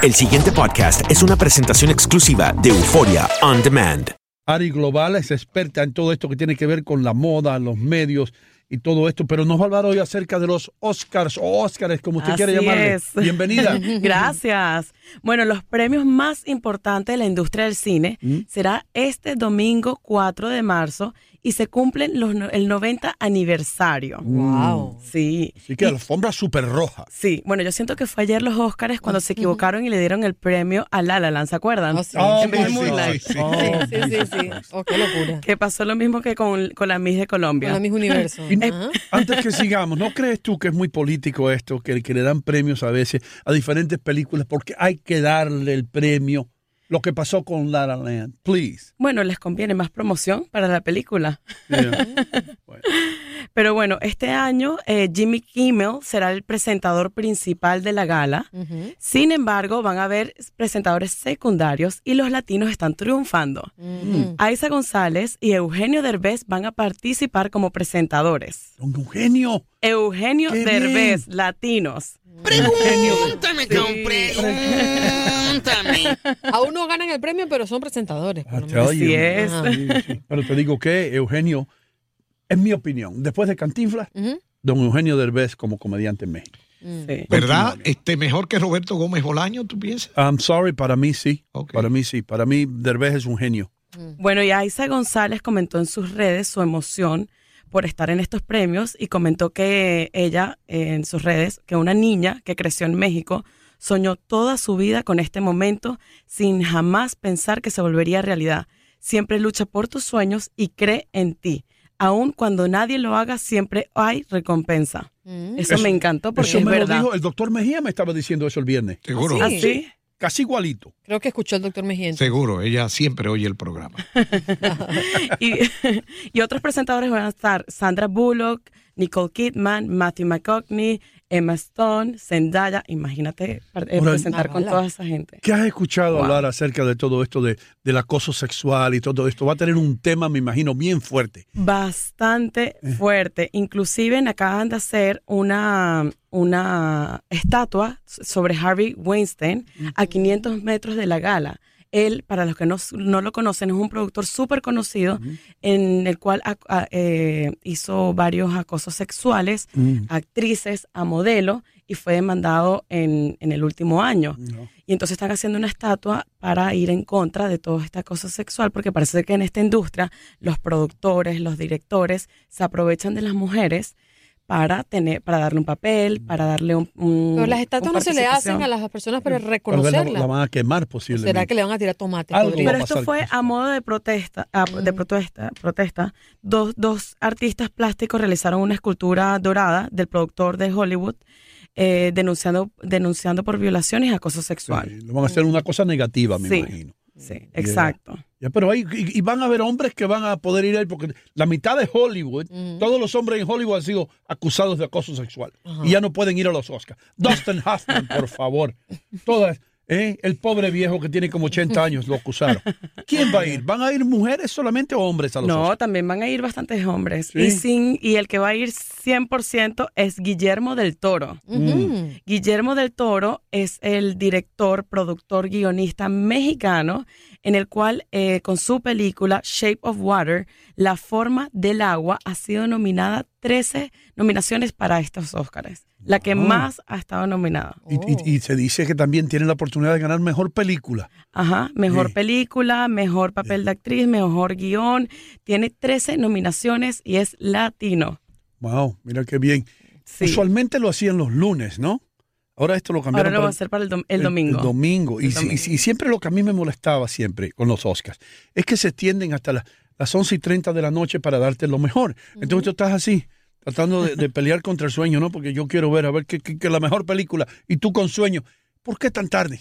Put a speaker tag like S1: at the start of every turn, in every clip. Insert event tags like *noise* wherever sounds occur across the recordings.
S1: El siguiente podcast es una presentación exclusiva de Euforia On Demand.
S2: Ari Global es experta en todo esto que tiene que ver con la moda, los medios y todo esto, pero nos va a hablar hoy acerca de los Oscars o Óscares, como usted quiere
S3: Así
S2: llamarle.
S3: es.
S4: *laughs*
S2: Bienvenida.
S3: Gracias. Bueno, los premios más importantes de la industria del cine
S4: Mm.
S3: será este domingo 4 de marzo y se cumplen los no- el 90 aniversario. Mm.
S4: Wow.
S3: Sí.
S2: Así que la alfombra súper roja.
S3: Sí, bueno, yo siento que fue ayer los Óscares cuando se equivocaron y le dieron el premio a La La Land, ¿se acuerdan?
S4: Oh, sí.
S2: Oh,
S3: En vez de
S2: my
S3: Moonlight.
S2: God.
S4: Sí,
S2: Oh,
S4: sí, sí, sí. Oh, qué locura.
S3: Que pasó lo mismo que con, con la Miss de
S4: Con la
S3: Colombia.
S4: misma universo.
S2: Y-
S4: Ajá.
S2: Antes que sigamos, ¿no crees tú que es muy político esto, que, que le dan premios a veces a diferentes películas porque hay que darle el premio? Lo que pasó con La La Land,
S4: *laughs*
S2: please.
S3: Bueno, les conviene más promoción para la película.
S2: Yeah.
S3: Pero bueno, este año eh, Jimmy Kimmel será el presentador principal de la gala.
S4: Ujú.
S3: Sin embargo, van a haber presentadores secundarios y los latinos están triunfando.
S2: Mm.
S4: Ujú.
S3: Aiza González y Eugenio Derbez van a participar como presentadores.
S2: Don Eugenio.
S3: Eugenio
S2: ¡Qué
S3: Derbez, latinos.
S5: Pregúntame,
S3: Sí.
S5: cabrón, pregúntame.
S4: Aún no ganan el premio, pero son presentadores. por lo
S2: I
S4: menos.
S2: tell you.
S3: Así es.
S4: Ajá.
S2: Sí, sí. Pero te digo que Eugenio, en mi opinión, después de Cantinflas,
S4: Ujú.
S2: don Eugenio Derbez como comediante en México.
S3: Sí.
S5: ¿Verdad? Este, mejor que Roberto Gómez Bolaño, ¿tú piensas?
S2: I'm sorry, para mí sí.
S5: Ok.
S2: Para mí sí. Para mí Derbez es un genio.
S3: Bueno, y Aiza González comentó en sus redes su emoción por estar en estos premios y comentó que ella eh, en sus redes, que una niña que creció en México, soñó toda su vida con este momento sin jamás pensar que se volvería realidad. Siempre lucha por tus sueños y cree en ti. Aun cuando nadie lo haga, siempre hay recompensa.
S4: Mm.
S3: Eso,
S2: Eso-
S3: me encantó porque
S2: eso
S3: es
S2: me
S3: verdad.
S2: lo dijo el doctor Mejía, me estaba diciendo eso el viernes.
S5: Seguro,
S4: Sí.
S3: Así.
S2: Casi igualito.
S4: Creo que escuchó el doctor Mejía.
S5: seguro. Ella siempre oye el programa.
S3: y, *laughs* y otros presentadores van a estar Sandra Bullock, Nicole Kidman, Matthew McCockney, Emma Stone, Zendaya. Imagínate par- eh,
S2: Ahora-
S3: presentar con
S4: Ah,
S3: toda esa gente.
S2: ¿Qué has escuchado
S3: Wow.
S2: hablar acerca de todo esto de, del acoso sexual y todo esto? Va a tener un tema, me imagino, bien fuerte.
S3: Bastante fuerte. Inclusive acaban de hacer una, una estatua s- sobre Harvey Weinstein a 500 metros de la gala. Él, para los que no, s- no lo conocen, es un productor súper conocido en el cual ac- a- eh, hizo varios acosos sexuales a actrices, a modelo, y fue demandado en, en el último año.
S2: No.
S3: Y entonces están haciendo una estatua para ir en contra de toda esta cosa sexual, porque parece que en esta industria los productores, los directores se aprovechan de las mujeres para tener, para darle un papel, para darle un, un-
S4: Pero las
S3: un
S4: estatuas no se le hacen
S3: participación.
S4: a las personas para
S2: Tal vez la, la
S4: reconocerlas.
S2: van a quemar
S4: ¿O ¿Será
S2: posiblemente.
S4: que le van a tirar tomate?
S2: Algo
S4: podrido?
S2: va
S3: Pero
S2: a
S3: esto
S2: pasar
S3: fue
S2: con
S3: a
S2: eso.
S3: modo de protesta, a- de protesta, protesta. Dos, dos artistas plásticos realizaron una escultura dorada del productor de Hollywood eh, denunciando, denunciando por violaciones y acoso sexual.
S2: Sí, lo van a hacer una cosa negativa, me
S3: Sí.
S2: imagino.
S3: Sí, exacto.
S2: Ya, pero hay, y, y van a haber hombres que van a poder ir ahí porque la mitad de Hollywood,
S3: Mm.
S2: todos los hombres en Hollywood han sido acusados de acoso sexual
S4: Ajá.
S2: y ya no pueden ir a los Oscars.
S3: *laughs*
S2: Dustin Hoffman, por favor. Todas, ¿eh? el pobre viejo que tiene como 80 años lo acusaron. ¿Quién va a ir? ¿Van a ir mujeres solamente o hombres a los
S3: No,
S2: Oscars?
S3: también van a ir bastantes hombres.
S2: Sí.
S3: Y, sin, y el que va a ir 100% es Guillermo del Toro.
S2: Mm.
S4: Ujú.
S3: Guillermo del Toro es el director, productor, guionista mexicano, en el cual eh, con su película Shape of Water, la forma del agua ha sido nominada 13 nominaciones para estos Óscares, la que
S2: Wow.
S3: más ha estado nominada.
S2: Y, y-
S3: Oh.
S2: y se dice que también tienen la oportunidad de ganar mejor película.
S3: Ajá, mejor
S2: Sí.
S3: película, mejor papel de actriz, mejor guión. Tiene 13 nominaciones y es latino.
S2: Wow, mira qué bien.
S3: Sí.
S2: Usualmente lo hacían los lunes, ¿no? Ahora esto lo cambiaron.
S3: Ahora lo
S2: para-
S3: va a hacer para el, dom- el domingo.
S2: El domingo. Y,
S3: El
S2: si-
S3: domingo.
S2: y si- y siempre lo que a mí me molestaba siempre con los Oscars es que se extienden hasta la- las 11 y 30 de la noche para darte lo mejor. Entonces tú estás así, tratando de, de pelear contra el sueño, ¿no? Porque yo quiero ver, a ver, que, que- que la mejor película. Y tú con sueño. ¿Por qué tan tarde?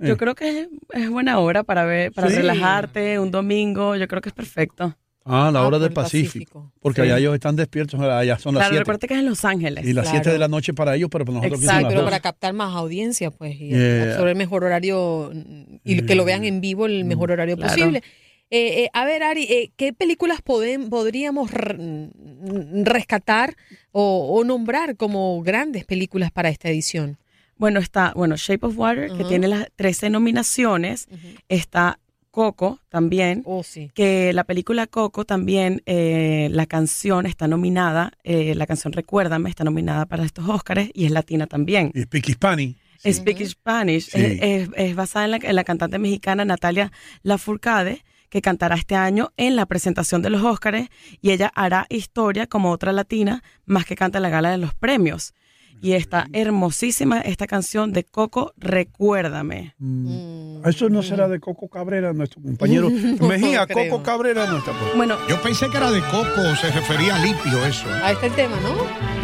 S2: Eh.
S3: Yo creo que es, es buena hora para ver, para
S2: Sí.
S3: relajarte un domingo. Yo creo que es perfecto.
S2: Ah, la
S4: Ah,
S2: hora
S4: por
S2: del
S4: el
S2: Pacífico.
S4: Pacífico.
S2: Porque
S3: Sí.
S2: allá ellos están despiertos, allá son las
S3: Claro,
S2: 7.
S3: recuerda que es en Los Ángeles.
S2: Y las
S4: Claro.
S2: 7 de la noche para ellos, pero para nosotros que son
S4: Sí,
S3: Exacto.
S2: las Eh,
S4: pero
S2: doce.
S4: para captar más audiencia, pues, y
S2: Yeah.
S4: absorber mejor horario mm, y que lo vean
S2: eh,
S4: en vivo el mejor horario
S3: Claro.
S4: posible. Eh, eh, a ver, Ari, eh, ¿qué películas podem- podríamos r- mm, rescatar o, o nombrar como grandes películas para esta edición?
S3: Bueno, está, bueno, Shape of Water, que
S4: Ajá.
S3: tiene las 13 nominaciones. Está Coco también.
S4: Oh, sí.
S3: que la película Coco también, eh, la canción está nominada, eh, la canción Recuérdame está nominada para estos Óscares y es latina también.
S2: Y Speak Hispanic.
S3: Speak Spanish
S2: Sí.
S3: es, es- es basada en la, en la cantante mexicana Natalia Lafourcade, que cantará este año en la presentación de los Óscares y ella hará historia como otra latina más que canta en la gala de los premios. Y está hermosísima esta canción de Coco, Recuérdame.
S4: Mm.
S2: Ah, Eso no será de Coco Cabrera, nuestro compañero.
S4: No
S2: Mejía,
S4: creo.
S2: Coco Cabrera, nuestra.
S3: Bueno,
S5: Yo pensé que era de coco, se refería a limpio eso. ¿eh?
S4: Ahí está el tema, ¿no?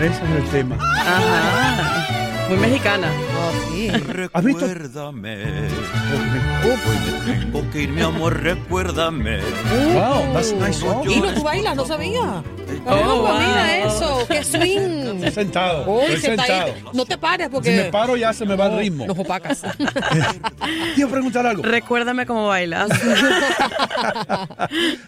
S2: Ese es el tema.
S3: ajá, muy mexicana.
S4: Oh, *laughs* sí.
S2: ¿Has visto?
S6: tengo que ir, mi amor, recuérdame.
S2: Wow, that's nice. Oh,
S4: Uh. Y no, tú bailas, no sabía.
S2: Eh,
S3: Oh,
S4: Oh,
S3: wow.
S4: mira eso,
S2: *laughs*
S4: qué swing.
S2: Sentado.
S4: Uy,
S2: estoy
S4: sentadito.
S2: sentado.
S4: No te pares porque
S2: Si me
S4: *laughs*
S2: paro ya se me va el ritmo.
S4: nos opacas.
S2: Quiero preguntar algo.
S3: Recuérdame cómo
S2: *laughs*
S3: bailas.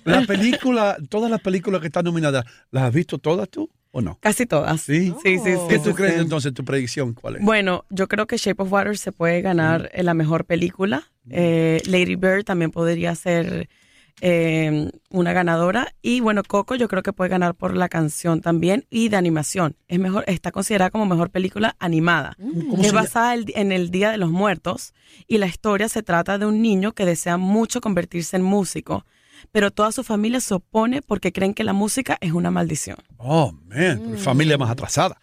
S2: La película, todas las películas que están nominadas, ¿las has visto todas tú o no?
S3: Casi todas.
S2: Sí.
S3: Sí, sí, sí,
S2: ¿Qué
S3: sí,
S2: tú crees
S3: sí.
S2: entonces? ¿Tu predicción cuál es?
S3: Bueno, yo creo que Shape of Water se puede ganar eh, la mejor película. Eh, Lady Bird también podría ser eh, una ganadora. Y bueno, Coco yo creo que puede ganar por la canción también y de animación. Es mejor, está considerada como mejor película animada.
S2: Mm. ¿Cómo
S3: es
S2: se llama?
S3: basada el- en el Día de los Muertos y la historia se trata de un niño que desea mucho convertirse en músico, pero toda su familia se opone porque creen que la música es una maldición.
S2: Oh, man, familia más atrasada.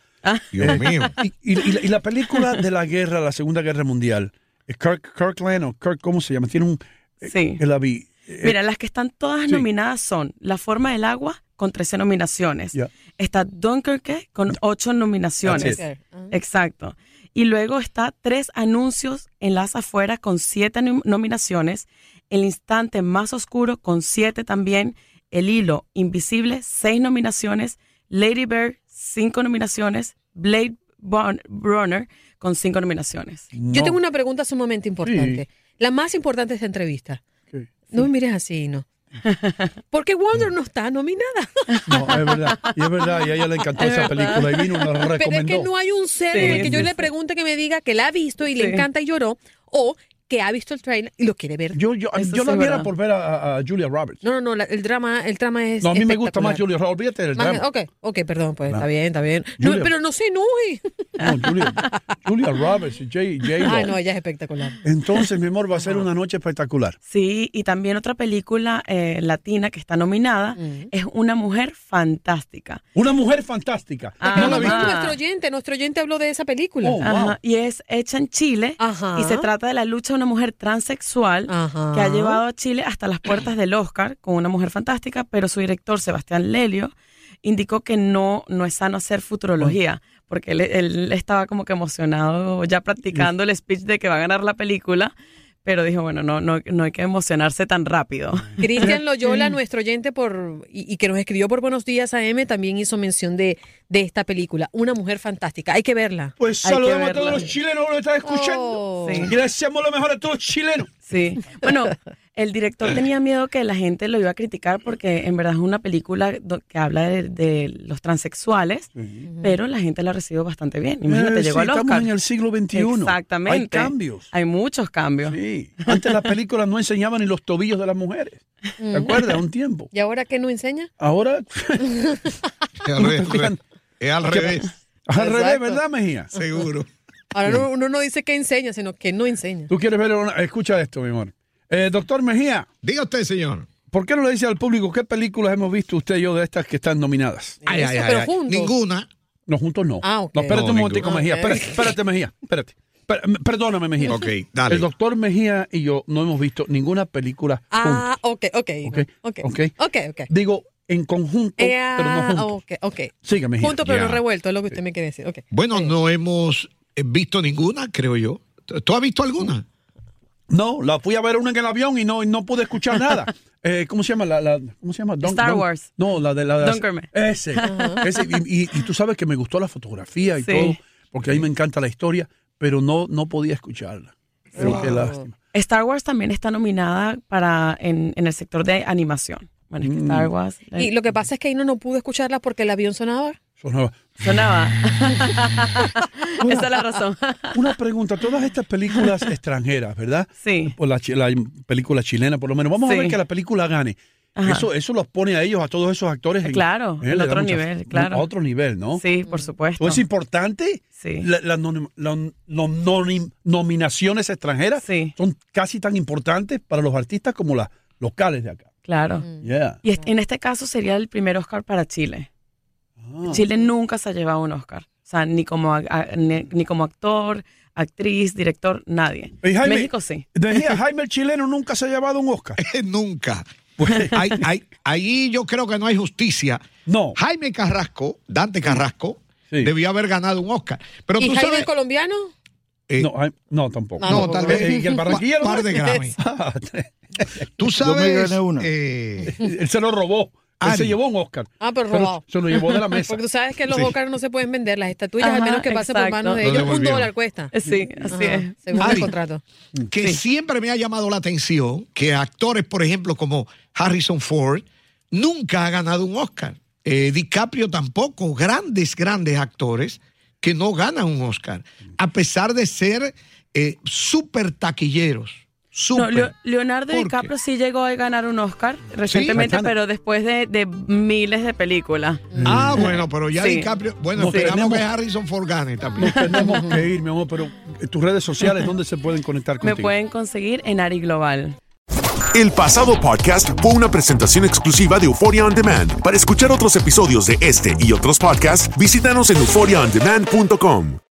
S5: Dios mío.
S2: Y, y- y la- y la película de la guerra, la Segunda Guerra Mundial, eh, Kirk, Kirkland o Kirk, ¿cómo se llama? Tiene un... eh,
S3: Sí.
S2: que la vi. Eh,
S3: Mira, las que están todas
S2: sí.
S3: nominadas son La Forma del Agua con 13 nominaciones.
S2: Ya.
S3: Está Dunkerque con 8 nominaciones.
S2: That's
S4: Ah.
S3: Exacto. Y luego está Tres Anuncios en las afueras con 7 nom- nominaciones. El Instante Más Oscuro con 7 también. El Hilo Invisible, 6 nominaciones. Lady Bird, 5 nominaciones. Blade Bun- Runner con 5 nominaciones.
S2: no.
S4: Yo tengo una pregunta sumamente importante. La más importante de esta entrevista.
S2: ¿Qué?
S4: No me mires
S2: *laughs*
S4: así, no. ¿Por qué Wonder
S2: Mm.
S4: no está nominada?
S2: No, es verdad. Y es verdad, y a ella le encantó esa película y vino y nos la recomendó.
S4: Pero es que no hay un ser en el que yo
S3: sí,
S4: le
S3: sí.
S4: pregunte que me diga que la ha visto y le
S3: Sí.
S4: encanta y lloró, o que ha visto el trailer y lo quiere ver.
S2: Yo, yo,
S3: Eso
S2: yo la
S3: sí,
S2: viera
S3: ¿verdad?
S2: por ver a, a- a Julia Roberts.
S4: No, no, no, la- el drama, el trama es.
S2: No, a mí me gusta más
S4: espectacular.
S2: Julia Roberts. Olvídate del
S4: Más-
S2: drama.
S4: ok, ok, perdón, pues
S2: No.
S4: está bien, está bien. No,
S2: Julia-
S4: pero no se enoje.
S2: No, Julia, Julia Roberts, y J, J.
S4: Ay, no, ella es espectacular.
S2: Entonces, mi amor, va a ser una noche espectacular.
S3: Sí, y también otra película eh, latina que está nominada
S2: Mm.
S3: es Una Mujer Fantástica.
S2: Una mujer fantástica.
S3: Ah,
S2: no la
S4: Además,
S2: vi.
S3: mamá.
S4: nuestro oyente, nuestro oyente habló de esa película.
S2: Oh,
S3: Ajá,
S2: wow.
S3: Y es hecha en Chile
S4: Ajá.
S3: y se trata de la lucha de una mujer transexual
S4: Ajá.
S3: que ha llevado a Chile hasta las puertas del Oscar con una mujer fantástica, pero su director, Sebastián Lelio, indicó que no, no es sano hacer futurología, porque él, él estaba como que emocionado ya practicando el speech de que va a ganar la película, pero dijo, bueno, no, no, no hay que emocionarse tan rápido.
S2: *laughs*
S4: Cristian Loyola, nuestro oyente por y, y que nos escribió por Buenos Días AM, también hizo mención de, de esta película. Una mujer fantástica. Hay que verla.
S2: Pues
S4: Hay que
S2: saludamos a todos
S4: verla. Oh,
S2: los chilenos que nos están escuchando. Y le deseamos lo mejor a todos los chilenos.
S3: Sí. Bueno, el director tenía miedo que la gente lo iba a criticar porque en verdad es una película do- que habla de, de los transexuales, pero la gente la recibió bastante bien. Imagínate,
S2: Eh,
S3: llegó
S2: sí,
S3: al
S2: estamos
S3: Oscar.
S2: en el siglo XXI.
S3: Exactamente.
S2: Hay cambios.
S3: Hay muchos cambios.
S2: Sí. Antes las películas no enseñaban ni los tobillos de las mujeres. ¿Te acuerdas? Un tiempo.
S4: ¿Y ahora qué no enseña?
S2: Ahora. *laughs*
S5: Es al revés. Es al revés. *laughs*
S2: Al revés,
S4: Exacto.
S2: ¿verdad, Mejía?
S5: Seguro.
S4: Ahora no- uno no dice que enseña, sino que no enseña.
S2: Tú quieres ver una... Escucha esto, mi amor. Eh, doctor Mejía.
S5: Diga usted, señor.
S2: ¿Por qué no le dice al público qué películas hemos visto usted y yo de estas que están nominadas?
S5: Ay, ay, ay, ay. Ninguna.
S2: No, juntos no.
S4: Ah, ok.
S2: No, espérate
S5: No,
S2: un
S5: ninguna.
S2: momentico, Mejía.
S4: Ok.
S2: Espérate, espérate, Mejía. Espérate. Per- m- Perdóname, Mejía.
S5: Ok, dale.
S2: El doctor Mejía y yo no hemos visto ninguna película
S4: Ah, ok, ok.
S2: Ok,
S4: Ok.
S2: ok.
S4: Ok, ok.
S2: juntos. Digo, en conjunto,
S4: Eh,
S2: pero no
S4: ah,
S2: juntos.
S4: ok, ok.
S2: Siga, Mejía.
S4: Junto pero
S5: ya.
S4: no revuelto, es lo que usted me quiere decir. Ok.
S5: Bueno, no hemos eh, visto ninguna, creo yo. ¿Tú has visto alguna? *laughs*
S2: No, la fui a ver una en el avión y no, y no pude escuchar
S3: *laughs*
S2: nada. Eh, ¿Cómo se llama? La, la- ¿Cómo se llama? Dun-
S3: Star
S2: Dun-
S3: Wars.
S2: No, la de la de.
S3: Dunkerman.
S2: Ese. ese. Y, y- y tú sabes que me gustó la fotografía y
S3: Sí.
S2: todo, porque a mí me encanta la historia, pero no, no podía escucharla. Pero qué lástima.
S3: Star Wars también está nominada para en, en el sector de animación. Bueno, es que Star
S2: Mm.
S3: Wars eh,
S4: Y lo que pasa es que Ino no pudo escucharla porque el avión sonaba.
S2: Sonaba.
S3: *laughs* sonaba. Esa es la razón.
S2: Una pregunta, todas estas
S3: *laughs*
S2: películas extranjeras, ¿verdad?
S3: Sí.
S2: Por la, chi- la película chilena, por lo menos. Vamos
S3: Sí.
S2: a ver que la película gane.
S3: Ajá.
S2: Eso, eso los pone a ellos, a todos esos actores. en-
S3: Claro,
S2: eh,
S3: en
S2: le da
S3: otro
S2: mucha-
S3: nivel, claro.
S2: A otro nivel, ¿no?
S3: Sí, por supuesto.
S2: Entonces, ¿Es importante?
S3: Sí.
S2: La- la nonim- la no- nonim- nominaciones extranjeras
S3: Sí.
S2: son casi tan importantes para los artistas como las locales de acá.
S3: Claro.
S2: Yeah.
S3: Y est- en este caso sería el primer Oscar para Chile.
S2: Ah.
S3: Chile nunca se ha llevado un Oscar. O sea, ni como, a- a- ni, ni como actor, actriz, director, nadie.
S2: Y Jaime-
S3: México sí.
S2: Decía, Jaime el chileno nunca se ha llevado un Oscar.
S5: Nunca. Ahí- ahí- ahí yo creo que no hay justicia.
S2: No.
S5: Jaime Carrasco, Dante Carrasco,
S2: Sí.
S5: debió haber ganado un Oscar. Pero
S4: ¿Y
S5: tú
S4: Jaime
S5: sabes.
S4: el colombiano?
S5: eh,
S2: no, Jaime- no, tampoco.
S4: No,
S5: no, tal vez.
S2: Eh, ¿y el
S5: Pa-
S2: barranquillero?
S5: par de
S2: *laughs*
S5: Grammy.
S2: Ah,
S5: Tú
S7: Yo me
S5: sabes.
S7: gané una.
S5: eh,
S2: Él se lo robó. Él
S5: Ari.
S2: se llevó un Oscar.
S4: Ah, pero
S2: Se lo-
S4: robado.
S2: Se lo llevó de la mesa.
S4: *laughs* Porque tú sabes que los
S2: Sí.
S4: Oscars no se pueden vender, las estatuillas, al
S3: Ajá,
S4: menos que pase por
S3: exacto.
S4: manos de
S5: Lo
S4: ellos, un
S5: devolvieron.
S4: dólar cuesta.
S3: Eh, Sí, así
S4: Ajá,
S3: es.
S4: Según
S5: Ari.
S4: el contrato.
S5: que siempre me ha llamado la atención que actores, por ejemplo, como Harrison Ford, nunca ha ganado un Oscar. Eh, DiCaprio tampoco. Grandes, grandes actores que no ganan un Oscar, a pesar de ser eh, súper taquilleros.
S3: No,
S5: Súper.
S3: Leo- Leonardo
S5: ¿Por qué?
S3: DiCaprio sí llegó a ganar un Oscar recientemente,
S2: bastante.
S3: pero después de, de miles de películas.
S5: Ah, bueno, pero ya
S3: Sí.
S5: DiCaprio. Bueno,
S2: Nos
S5: esperamos
S2: tenemos-
S5: que Harrison Ford gane también.
S2: Nos tenemos que ir, mi amor, pero eh, tus redes sociales, ¿dónde se pueden conectar
S3: Me
S2: contigo?
S3: pueden conseguir en Ari Global.
S1: El pasado podcast fue una presentación exclusiva de Euphoria On Demand. Para escuchar otros episodios de este y otros podcasts, visítanos en euphoriaondemand.com.